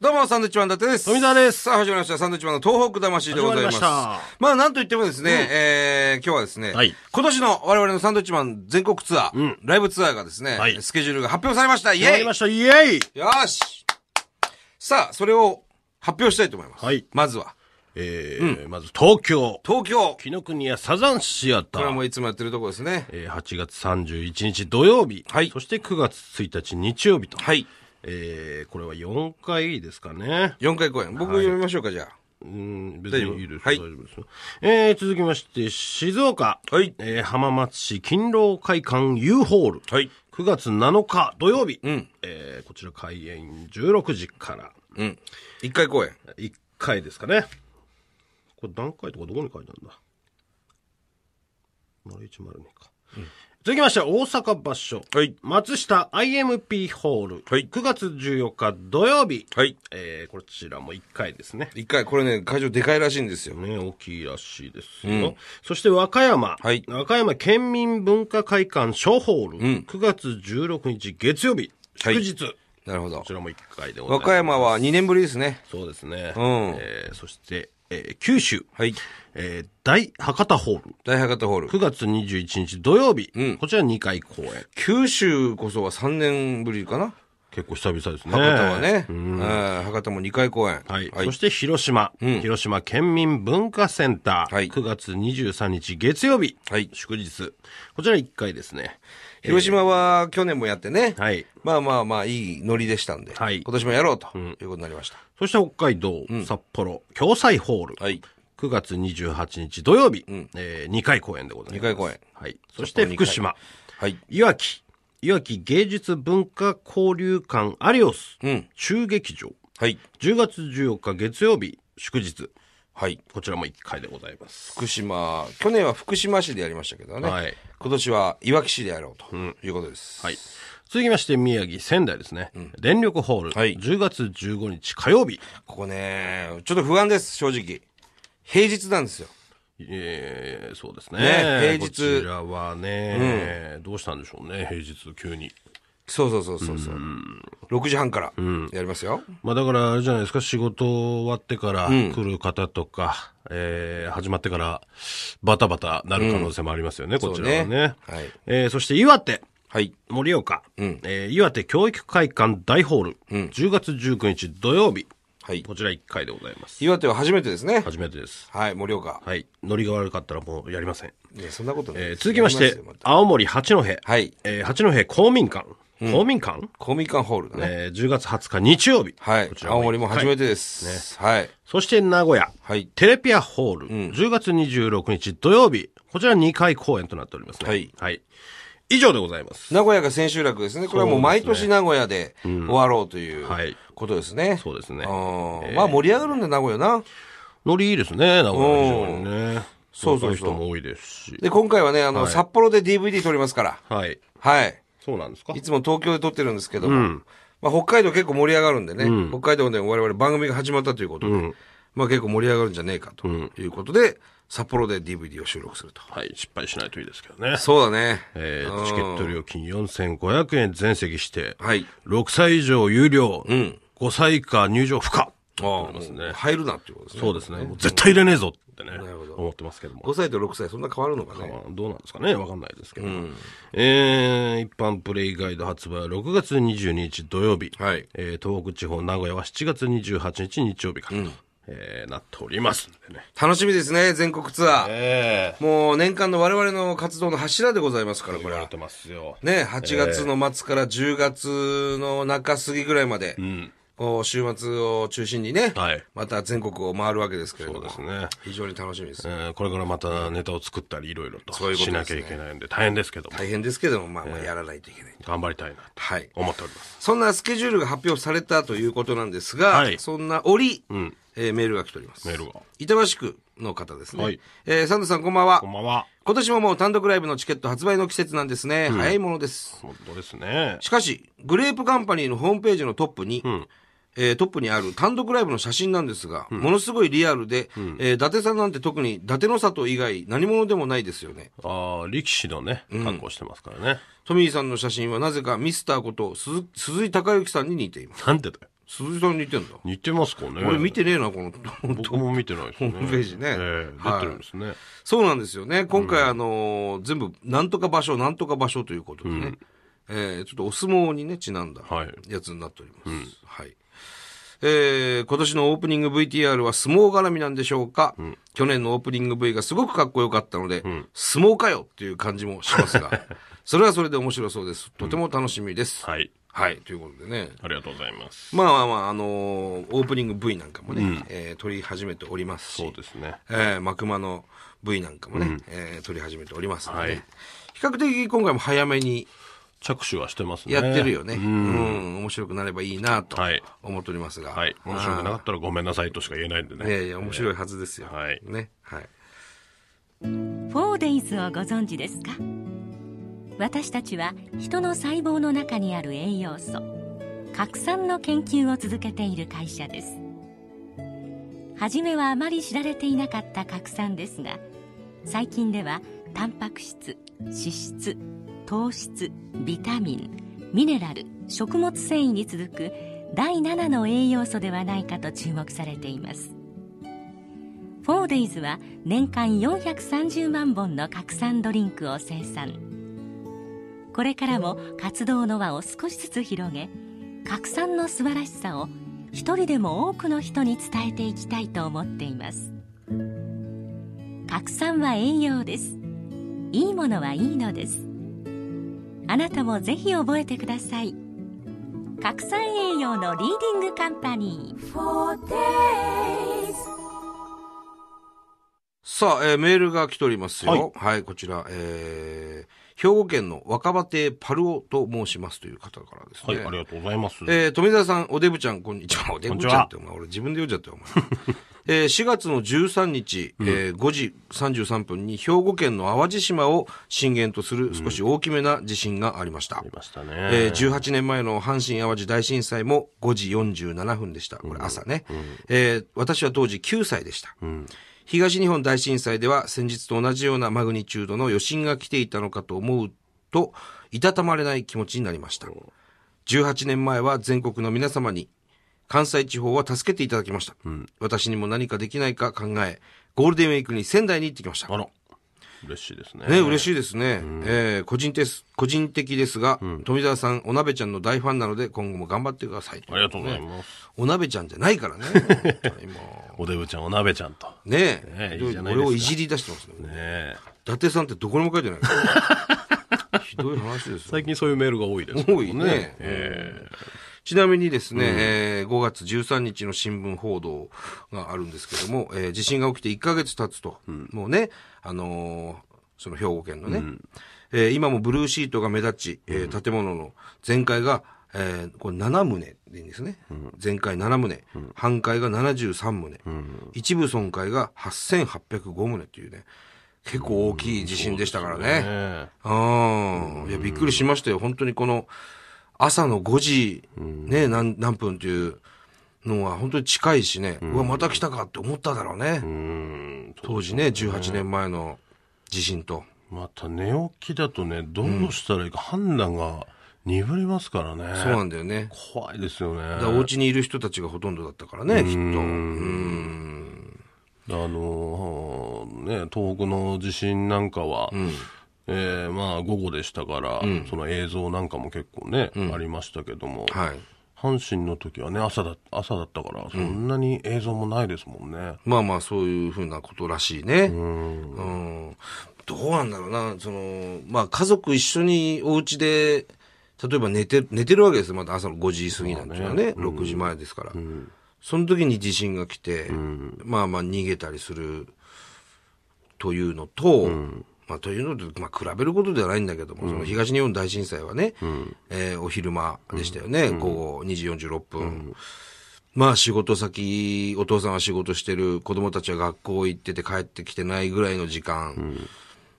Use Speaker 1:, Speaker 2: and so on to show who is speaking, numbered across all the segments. Speaker 1: どうも、サンドイッチマン伊達です。
Speaker 2: 富澤です
Speaker 1: さあ、始まりました。サンドイッチマンの東北魂でございます。
Speaker 2: 始まりまし
Speaker 1: まあ、なんといってもですね、えー、今日はですね、
Speaker 2: はい
Speaker 1: 今年の我々のサンドイッチマン全国ツアー、
Speaker 2: うん
Speaker 1: ライブツアーがですね、
Speaker 2: はい
Speaker 1: スケジュールが発表されました。イ
Speaker 2: 決まり
Speaker 1: ェ
Speaker 2: ました、イエイ
Speaker 1: イよーしさあ、それを発表したいと思います。
Speaker 2: はい
Speaker 1: まずは、
Speaker 2: えーまず東京、
Speaker 1: 東京。
Speaker 2: 紀ノ国屋サザンシア
Speaker 1: こ
Speaker 2: タ
Speaker 1: れはも
Speaker 2: ー。
Speaker 1: ういつもやってるとこですね。
Speaker 2: えー、8月31日土曜日、
Speaker 1: はい
Speaker 2: そして9月1日日曜日と、
Speaker 1: はい。
Speaker 2: えー、これは4回ですかね。
Speaker 1: 4回公演。僕読みましょうか、じゃ
Speaker 2: うん、別にいいです、
Speaker 1: はい
Speaker 2: 大丈夫ですよ。えー、続きまして、静岡、
Speaker 1: あ。はい。
Speaker 2: えー、浜松市勤労会館 U ホール、
Speaker 1: はい。
Speaker 2: 9月7日土曜日、
Speaker 1: うん。
Speaker 2: えー、こちら開演16時から、
Speaker 1: うん。1回公演。
Speaker 2: 1回ですかねこれ何回とかどこに書いてあるんだ0102か、続きまして大阪場所、
Speaker 1: はい
Speaker 2: 松下 IMP ホール、
Speaker 1: はい
Speaker 2: 9月14日土曜日、
Speaker 1: はい。
Speaker 2: えーこちらも1回ですね
Speaker 1: 1回、これね、会場でかいらしいんですよ。
Speaker 2: ね、大きいらしいですよ。そして和歌山、
Speaker 1: はい
Speaker 2: 和歌山県民文化会館小ホール、
Speaker 1: ん
Speaker 2: 9月16日月曜日、
Speaker 1: はい
Speaker 2: 祝日、
Speaker 1: なるほど
Speaker 2: こち。らも1回でござ
Speaker 1: 和
Speaker 2: います。
Speaker 1: 歌山は2年ぶりですね。
Speaker 2: そうですね。
Speaker 1: うん
Speaker 2: えーそして、えー九州、
Speaker 1: はい。
Speaker 2: えー大博多ホール、
Speaker 1: 大博多ホール。
Speaker 2: 9月21日土曜日、
Speaker 1: うん
Speaker 2: こちら2回公演。
Speaker 1: 九州こそは3年ぶりかな。
Speaker 2: 結構久々ですね。
Speaker 1: 博多はね。
Speaker 2: う
Speaker 1: うんん、博多も2回公演。
Speaker 2: はい、
Speaker 1: はい
Speaker 2: そし。て広島、
Speaker 1: うん
Speaker 2: 広島県民文化センター、
Speaker 1: はい
Speaker 2: 9月23日月曜日、
Speaker 1: はい
Speaker 2: 祝日。こちら1回ですね。
Speaker 1: 広島は去年もやってね。
Speaker 2: はい。
Speaker 1: まあまあまあ、いいノリでしたんで。
Speaker 2: はい
Speaker 1: 今年もやろうと、いうことになりました。
Speaker 2: そして北海道、札幌、共済ホール。
Speaker 1: はい。
Speaker 2: 9月28日土曜日、えー、2回公演でございます。
Speaker 1: 二回公演
Speaker 2: はい。そして福島、
Speaker 1: はい。
Speaker 2: いわき、いわき芸術文化交流館アリオス、
Speaker 1: うん。
Speaker 2: 中劇場。
Speaker 1: はい。
Speaker 2: 10月14日月曜日、祝日。
Speaker 1: はい。
Speaker 2: こちらも1回でございます。
Speaker 1: 福島、去年は福島市でやりましたけどね。
Speaker 2: はい
Speaker 1: 今年はいわき市でやろうと、いうことです。
Speaker 2: はい。続きまして、宮城、仙台ですね。電力ホール、
Speaker 1: はい
Speaker 2: 10月15日火曜日。
Speaker 1: ここね、ちょっと不安です、正直。平日なんですよ。
Speaker 2: えー、そうですね。
Speaker 1: ね平日
Speaker 2: こちらはね、どうしたんでしょうね、平日急に。
Speaker 1: そうそうそうそうそう。6時半からやりますよ。
Speaker 2: まあだからあれじゃないですか、仕事終わってから来る方とか、えー始まってからバタバタなる可能性もありますよね、こちらはね。
Speaker 1: そうねはい
Speaker 2: えーそして岩手、
Speaker 1: はい。
Speaker 2: 盛岡、えー岩手教育会館大ホール、10月19日土曜日、
Speaker 1: はい。
Speaker 2: こちら1回でございます。
Speaker 1: 岩手は初めてですね。
Speaker 2: 初めてです。
Speaker 1: はい、盛岡。
Speaker 2: はい。ノリが悪かったらもうやりません。
Speaker 1: いや、そんなことない
Speaker 2: え
Speaker 1: で
Speaker 2: ー
Speaker 1: す。
Speaker 2: 続きまして
Speaker 1: やりすよ、
Speaker 2: 青森八戸、
Speaker 1: はい。
Speaker 2: えー八戸公民館、公民館、
Speaker 1: 公民館ホールだね。
Speaker 2: えー ?10 月20日日曜日。
Speaker 1: はい
Speaker 2: こ。ちら
Speaker 1: 青森も初め
Speaker 2: て。
Speaker 1: てです。はい。
Speaker 2: そして名古屋。
Speaker 1: はい。
Speaker 2: テレピアホール、10月26日土曜日、こちら2回公演となっておりますね。
Speaker 1: はい
Speaker 2: 以上でございます。
Speaker 1: 名古屋が千秋楽ですね。これはもう毎年名古屋で終わろうという
Speaker 2: はい
Speaker 1: ことですね。
Speaker 2: そうですね
Speaker 1: うんまあ盛り上がるんだ、名古屋な。
Speaker 2: ノリいいですね、名古屋非常にね。
Speaker 1: そうそうそう
Speaker 2: 若い人も多いですし。
Speaker 1: で、今回はね、あの、
Speaker 2: はい
Speaker 1: 札幌で DVD 撮りますから。
Speaker 2: はい。
Speaker 1: はい。
Speaker 2: そうなんですか
Speaker 1: いつも東京で撮ってるんですけども、まあ、北海道結構盛り上がるんでね、北海道で我々番組が始まったということで、まあ、結構盛り上がるんじゃねえかということで、札幌で DVD を収録すると。
Speaker 2: はい。失敗しないといいですけどね。
Speaker 1: そうだね。
Speaker 2: えーチケット料金4500円全席して、
Speaker 1: はい。
Speaker 2: 6歳以上有料、
Speaker 1: ん
Speaker 2: 5歳以下入場不可。
Speaker 1: あ
Speaker 2: りますね
Speaker 1: もう入るなっていうことですね。
Speaker 2: そうですね。もう絶対入れねえぞってね
Speaker 1: るほ、ど
Speaker 2: 思ってますけども。
Speaker 1: 5歳と6歳、そんな変わるのかね。
Speaker 2: まあどうなんですかねわかんないですけど、えー一般プレイガイド発売は6月22日土曜日、
Speaker 1: はい
Speaker 2: えー東北地方名古屋は7月28日日曜日からと、えーなっておりますんでね、
Speaker 1: 楽しみですね、全国ツアー。
Speaker 2: え
Speaker 1: もう年間の我々の活動の柱でございますから、これ
Speaker 2: 言われ
Speaker 1: は。
Speaker 2: てますよ、
Speaker 1: ね、8月の末から10月の中過ぎぐらいまで、こう週末を中心にね、
Speaker 2: はい
Speaker 1: また全国を回るわけですけれど
Speaker 2: そう
Speaker 1: も、
Speaker 2: ですね、
Speaker 1: 非常に楽しみです。
Speaker 2: えーこれからまたネタを作ったりいろいろと
Speaker 1: そういうこ
Speaker 2: し
Speaker 1: と
Speaker 2: な
Speaker 1: で
Speaker 2: き
Speaker 1: す
Speaker 2: ゃ
Speaker 1: ね
Speaker 2: いけないんで大変ですけども、
Speaker 1: 大変ですけども、まあ、まあやらないといけない。
Speaker 2: 頑張りたいなと
Speaker 1: はい。
Speaker 2: 思っております
Speaker 1: そんなスケジュールが発表されたということなんですが、
Speaker 2: はい
Speaker 1: そんな折、えーメールが来ております。
Speaker 2: メールが
Speaker 1: 板橋区の方ですね。
Speaker 2: はい
Speaker 1: えーサンドさんこんばんは
Speaker 2: こん。ばんは
Speaker 1: 今年ももう単独ライブのチケット発売の季節なんですね。早いものです。
Speaker 2: 本当ですね
Speaker 1: しかし、グレープカンパニーのホームページのトップに、えートップにある単独ライブの写真なんですが、ものすごいリアルで、えー伊達さんなんて特に伊達の里以外何者でもないですよね。
Speaker 2: ああ力士のね格好してますからね、
Speaker 1: トミーさんの写真はなぜかミスターこと鈴鈴井孝之さんに似ています。
Speaker 2: なんでだよ
Speaker 1: 鈴木さんに似てんだ。
Speaker 2: 似てますかね。
Speaker 1: 俺見てねえな、この、
Speaker 2: 僕も見てないですね。
Speaker 1: ホームページね
Speaker 2: ええ
Speaker 1: はい
Speaker 2: 出てるんですね。
Speaker 1: そうなんですよね。今回、あのー全部、なんとか場所、なんとか場所ということでね。えーちょっとお相撲にね、ちなんだ
Speaker 2: はい
Speaker 1: やつになっております。はい。えー今年のオープニング VTR は相撲絡みなんでしょうか、去年のオープニング V がすごくかっこよかったので、相撲かよっていう感じもします が、それはそれで面白そうです。とても楽しみです。
Speaker 2: はい。
Speaker 1: はい、ということでね。
Speaker 2: ありがとうございます。
Speaker 1: まあまあまあ、あのーオープニング V なんかもね、えー撮り始めておりますし、
Speaker 2: そうですね。
Speaker 1: えー、マクマの部位なんかもね、えー撮り始めておりますので、
Speaker 2: はい
Speaker 1: 比較的今回も早めに
Speaker 2: 着手はしてますね。
Speaker 1: やってるよね。うん、面白くなればいいなと
Speaker 2: はい
Speaker 1: 思っておりますが。
Speaker 2: はい。面白くなかったらごめんなさいとしか言えないんで
Speaker 1: いや
Speaker 2: ね。
Speaker 1: いや、面白いはずですよ。
Speaker 2: はい
Speaker 1: ね。はい。
Speaker 3: フォーデイズをご存知ですか私たちは人の細胞の中にある栄養素核酸の研究を続けている会社です初めはあまり知られていなかった核酸ですが最近ではタンパク質脂質糖質ビタミンミネラル食物繊維に続く第7の栄養素ではないかと注目されていますフォーデイズは年間430万本の拡散ドリンクを生産これからも活動の輪を少しずつ広げ拡散の素晴らしさを一人でも多くの人に伝えていきたいと思っています拡散は栄養ですいいものはいいのですあなたもぜひ覚えてください拡散栄養のリーディングカンパニー
Speaker 1: さあ、えーメールが来ておりますよ。
Speaker 2: は
Speaker 1: はいい、こちら、えー、兵庫県の若葉亭パルオと申しますという方からです
Speaker 2: は
Speaker 1: ね。
Speaker 2: い、ありがとうございます。
Speaker 1: えー富澤さん、おでぶちゃん、こんにちは。おでぶちゃんって、お前、俺自分で読んじゃったよ、お前。えー4月 の13日、えー5時33分に兵庫県の淡路島を震源とする少し大きめな地震がありました。
Speaker 2: ありましたね。
Speaker 1: えー18年前の阪神・淡路大震災も5時47分でした。これ朝ね。えー私は当時9歳でした。東日本大震災では先日と同じようなマグニチュードの余震が来ていたのかと思うと、いたたまれない気持ちになりました。18年前は全国の皆様に、関西地方は助けていただきました。私にも何かできないか考え、ゴールデンウィークに仙台に行ってきました。
Speaker 2: あら、嬉しいですね。
Speaker 1: ね、嬉しいですね。えー個人です、個人的ですが、富澤さん、お鍋ちゃんの大ファンなので、今後も頑張ってください。
Speaker 2: ありがとうございます。
Speaker 1: お鍋ちゃんじゃない からね。本当にも
Speaker 2: おでぶちゃん、お鍋ちゃんと。
Speaker 1: うね
Speaker 2: ね
Speaker 1: え、
Speaker 2: いいじゃないです
Speaker 1: 俺
Speaker 2: か
Speaker 1: をいじり出してますね。
Speaker 2: ねえ
Speaker 1: 伊達さんってどこにも書いてない から。ひどい話ですよ
Speaker 2: 最近そういうメールが多いですけど
Speaker 1: 多いね。
Speaker 2: え
Speaker 1: ちなみにですね、えー5月13日の新聞報道があるんですけども、えー地震が起きて1ヶ月経つと、もうね、あのーその兵庫県のね、えー今もブルーシートが目立ち、えー建物の全壊が、えーこれ7棟でいいんですね。全壊7棟、半壊が73棟、一部損壊が8805棟というね、結構大きい地震でしたからね。
Speaker 2: えね
Speaker 1: うん。いや、びっくりしましたよ。本当にこの、朝の5時、ね、何、何分っていうのは本当に近いしね、うわ、また来たかって思っただろうね。
Speaker 2: えうん。
Speaker 1: 当時ね、18年前の地震と。
Speaker 2: また寝起きだとね、どうしたらいいか判断が鈍りますからね。
Speaker 1: そうなんだよね。
Speaker 2: 怖いですよね。
Speaker 1: だからお家にいる人たちがほとんどだったからね、きっと。うん。
Speaker 2: あのーね、東北の地震なんかは、えーまあ午後でしたから、その映像なんかも結構ね、ありましたけども、
Speaker 1: はい。
Speaker 2: 阪神の時はね朝だ、朝だったから、そんなに映像もないですもんね。
Speaker 1: まあまあ、そういうふうなことらしいね。うん。どうなんだろうな、その、まあ、家族一緒にお家で、例えば寝て、寝てるわけですよ。まだ朝の5時過ぎなんていうのはね、6時前ですから。その時に地震が来て、まあまあ逃げたりするというのと、まあというのと、まあ比べることではないんだけども、その東日本大震災はね、えーお昼間でしたよね、午後2時46分。まあ仕事先、お父さんは仕事してる、子供たちは学校行ってて帰ってきてないぐらいの時間。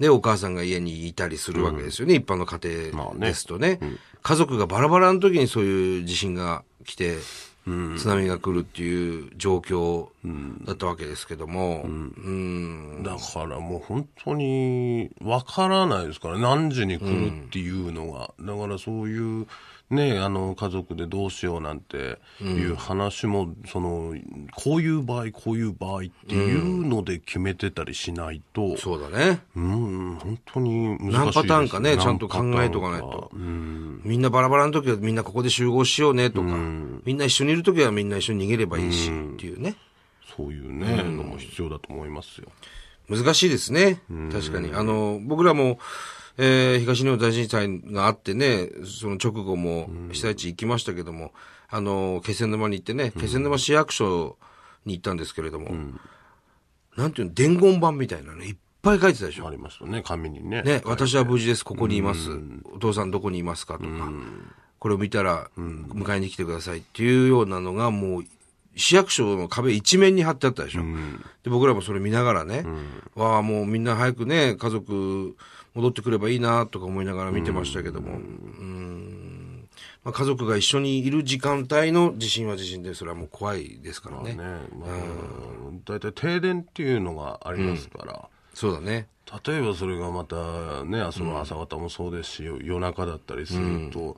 Speaker 1: で、お母さんが家にいたりするわけですよね、一般の家
Speaker 2: まあ
Speaker 1: 庭
Speaker 2: ね
Speaker 1: ですとね。家族がバラバラの時にそういう地震が来て、津波が来るっていう状況だったわけですけども、うん
Speaker 2: だからもう本当にわからないですから、何時に来るっていうのが。だからそういうね、あの家族でどうしようなんていう話も、そのこういう場合こういう場合っていうので決めてたりしないと、
Speaker 1: そうだね。
Speaker 2: うん、本当に難しいです、
Speaker 1: 何パターンかねちゃんと考えとかないと
Speaker 2: うん
Speaker 1: みんなバラバラの時はみんなここで集合しようねとか、みんな一緒にいる時はみんな一緒に逃げればいいし、っていうね。
Speaker 2: そういうね、のも必要だと思いますよ。
Speaker 1: 難しいですね。確かに。あの、僕らも、えー東日本大震災があってね、その直後も被災地行きましたけども、あの、気仙沼に行ってね、気仙沼市役所に行ったんですけれども、なんていうの、伝言板みたいなのいっぱい書いてたでしょ
Speaker 2: あ。りましたね、紙にね。
Speaker 1: ね、私は無事です、ここにいます。お父さんどこにいますかとか、これを見たら、迎えに来てくださいっていうようなのが、もう、市役所の壁一面に貼ってあったでしょ。で、僕らもそれ見ながらね、わあ、もうみんな早くね、家族戻ってくればいいなとか思いながら見てましたけども、うんまあ、家族が一緒にいる時間帯の地震は地震で、それはもう怖いですからね。
Speaker 2: ねまあ、大体停電っていうのがありますから、
Speaker 1: そうだね。
Speaker 2: 例えばそれがまたね、その朝方もそうですし、夜中だったりすると、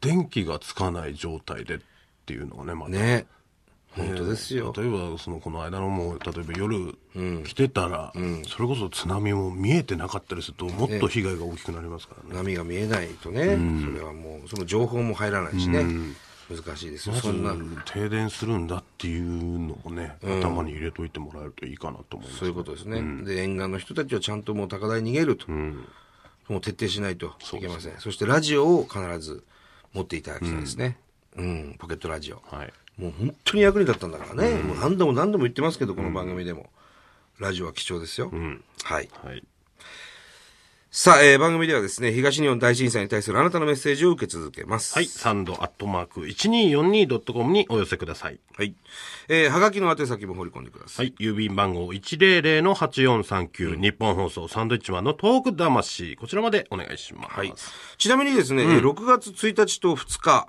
Speaker 2: 電気がつかない状態でっていうのがね、また。
Speaker 1: ね。本当ですよ。
Speaker 2: 例えばそのこの間のも例えば夜来てたら、それこそ津波も見えてなかったりするともっと被害が大きくなりますからね
Speaker 1: 波が見えないとね、それはもう、その情報も入らないしね、難しいですよ、
Speaker 2: まず
Speaker 1: そんな、
Speaker 2: 停電するんだっていうのをね、頭に入れといてもらえるといいかなと思います
Speaker 1: そういうことですね、で沿岸の人たちはちゃんともう高台に逃げると、もう徹底しないといけません、そしてラジオを必ず持っていただきたいですね、うん、ポケットラジオ、
Speaker 2: はい
Speaker 1: もう本当に役に立ったんだからね、もう何度も何度も言ってますけど、この番組でも、ラジオは貴重ですよ。はい
Speaker 2: はい
Speaker 1: さあ、えー番組ではですね、東日本大震災に対するあなたのメッセージを受け続けます。
Speaker 2: はい、サンドアットマーク 1242.com にお寄せください。
Speaker 1: はい。えーはがきの宛先も放り込んでください。
Speaker 2: はい、郵便番号100-8439、日本放送サンドイッチマンのトーク魂、こちらまでお願いします。
Speaker 1: はい。ちなみにですね、えー6月1日と2日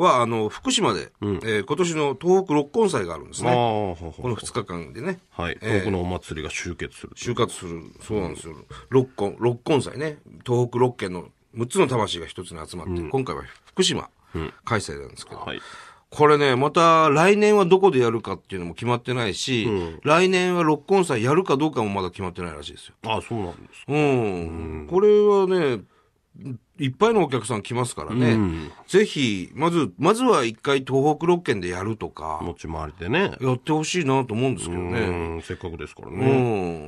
Speaker 1: は、あの、福島で、えー今年の東北六根祭があるんです
Speaker 2: ああ、
Speaker 1: ね。
Speaker 2: ほうほうほ
Speaker 1: こ
Speaker 2: う
Speaker 1: の2日間でね、
Speaker 2: はい、東北のお祭りが集結する。
Speaker 1: 就活する、そうなんですよ。六根、六根祭ね、東北6県の6つの魂が一つに集まって、今回は福島開催なんですけど、
Speaker 2: はい。
Speaker 1: これね、また来年はどこでやるかっていうのも決まってないし、来年は六根祭やるかどうかもまだ決まってないらしいですよ。
Speaker 2: ああ、そうなんです。
Speaker 1: うん、これはね、いっぱいのお客さん来ますからね、ぜひ、まず、まずは一回東北6県でやるとか、
Speaker 2: 持ち回りでね。
Speaker 1: やってほしいなと思うんですけど
Speaker 2: う
Speaker 1: ね。
Speaker 2: ん、せっかくですから
Speaker 1: う
Speaker 2: ね。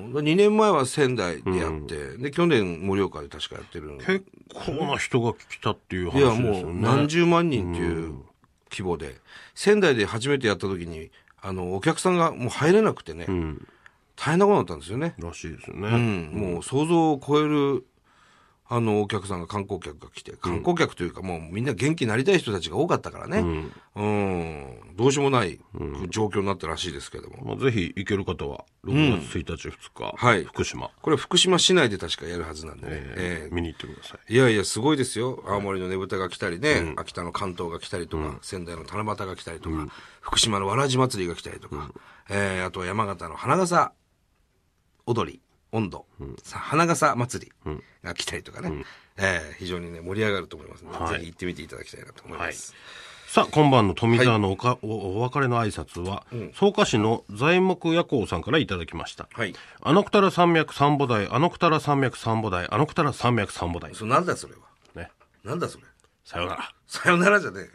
Speaker 1: ん、2年前は仙台でやって、で、去年盛岡で確かやってるので、
Speaker 2: 結構な人が来たっていう
Speaker 1: いや、
Speaker 2: 話です
Speaker 1: も
Speaker 2: よ
Speaker 1: う
Speaker 2: ね。
Speaker 1: 何十万人っていう規模で、仙台で初めてやった時に、あの、お客さんがもう入れなくてね、
Speaker 2: ん
Speaker 1: 大変なことになったんですよね。
Speaker 2: らしいですよね。
Speaker 1: うん、もう想像を超える、あの、お客さんが観光客が来て、観光客というかもうみんな元気になりたい人たちが多かったからね。うん。どうしようもない状況になったらしいですけども。
Speaker 2: まあ、ぜひ行ける方は、6月1日、2日、
Speaker 1: はい
Speaker 2: 福島、
Speaker 1: これ福島市内で確かやるはずなんでね。
Speaker 2: え
Speaker 1: え
Speaker 2: ー見に行ってください。
Speaker 1: えいやいや、すごいですよ。青森のねぶたが来たりね、秋田の関東が来たりとか、仙台の七夕が来たりとか、福島のわらじ祭りが来たりとか、ええあとは山形の花笠踊り、温度、さ花笠祭りが来たりとかね、ええ非常にね、盛り上がると思いますので、
Speaker 2: はい
Speaker 1: ぜひ行ってみていただきたいなと思います。
Speaker 2: さあ、今晩の富澤のおか、おお別れの挨拶は、草加市の材木夜行さんからいただきました。
Speaker 1: はい。
Speaker 2: あのくたら山脈三母台、あのくたら山脈三母台、あのくたら山脈三母台。
Speaker 1: それなんだそれは。
Speaker 2: ね。
Speaker 1: なんだそれ。
Speaker 2: さようなら。
Speaker 1: さよならじゃねえよ。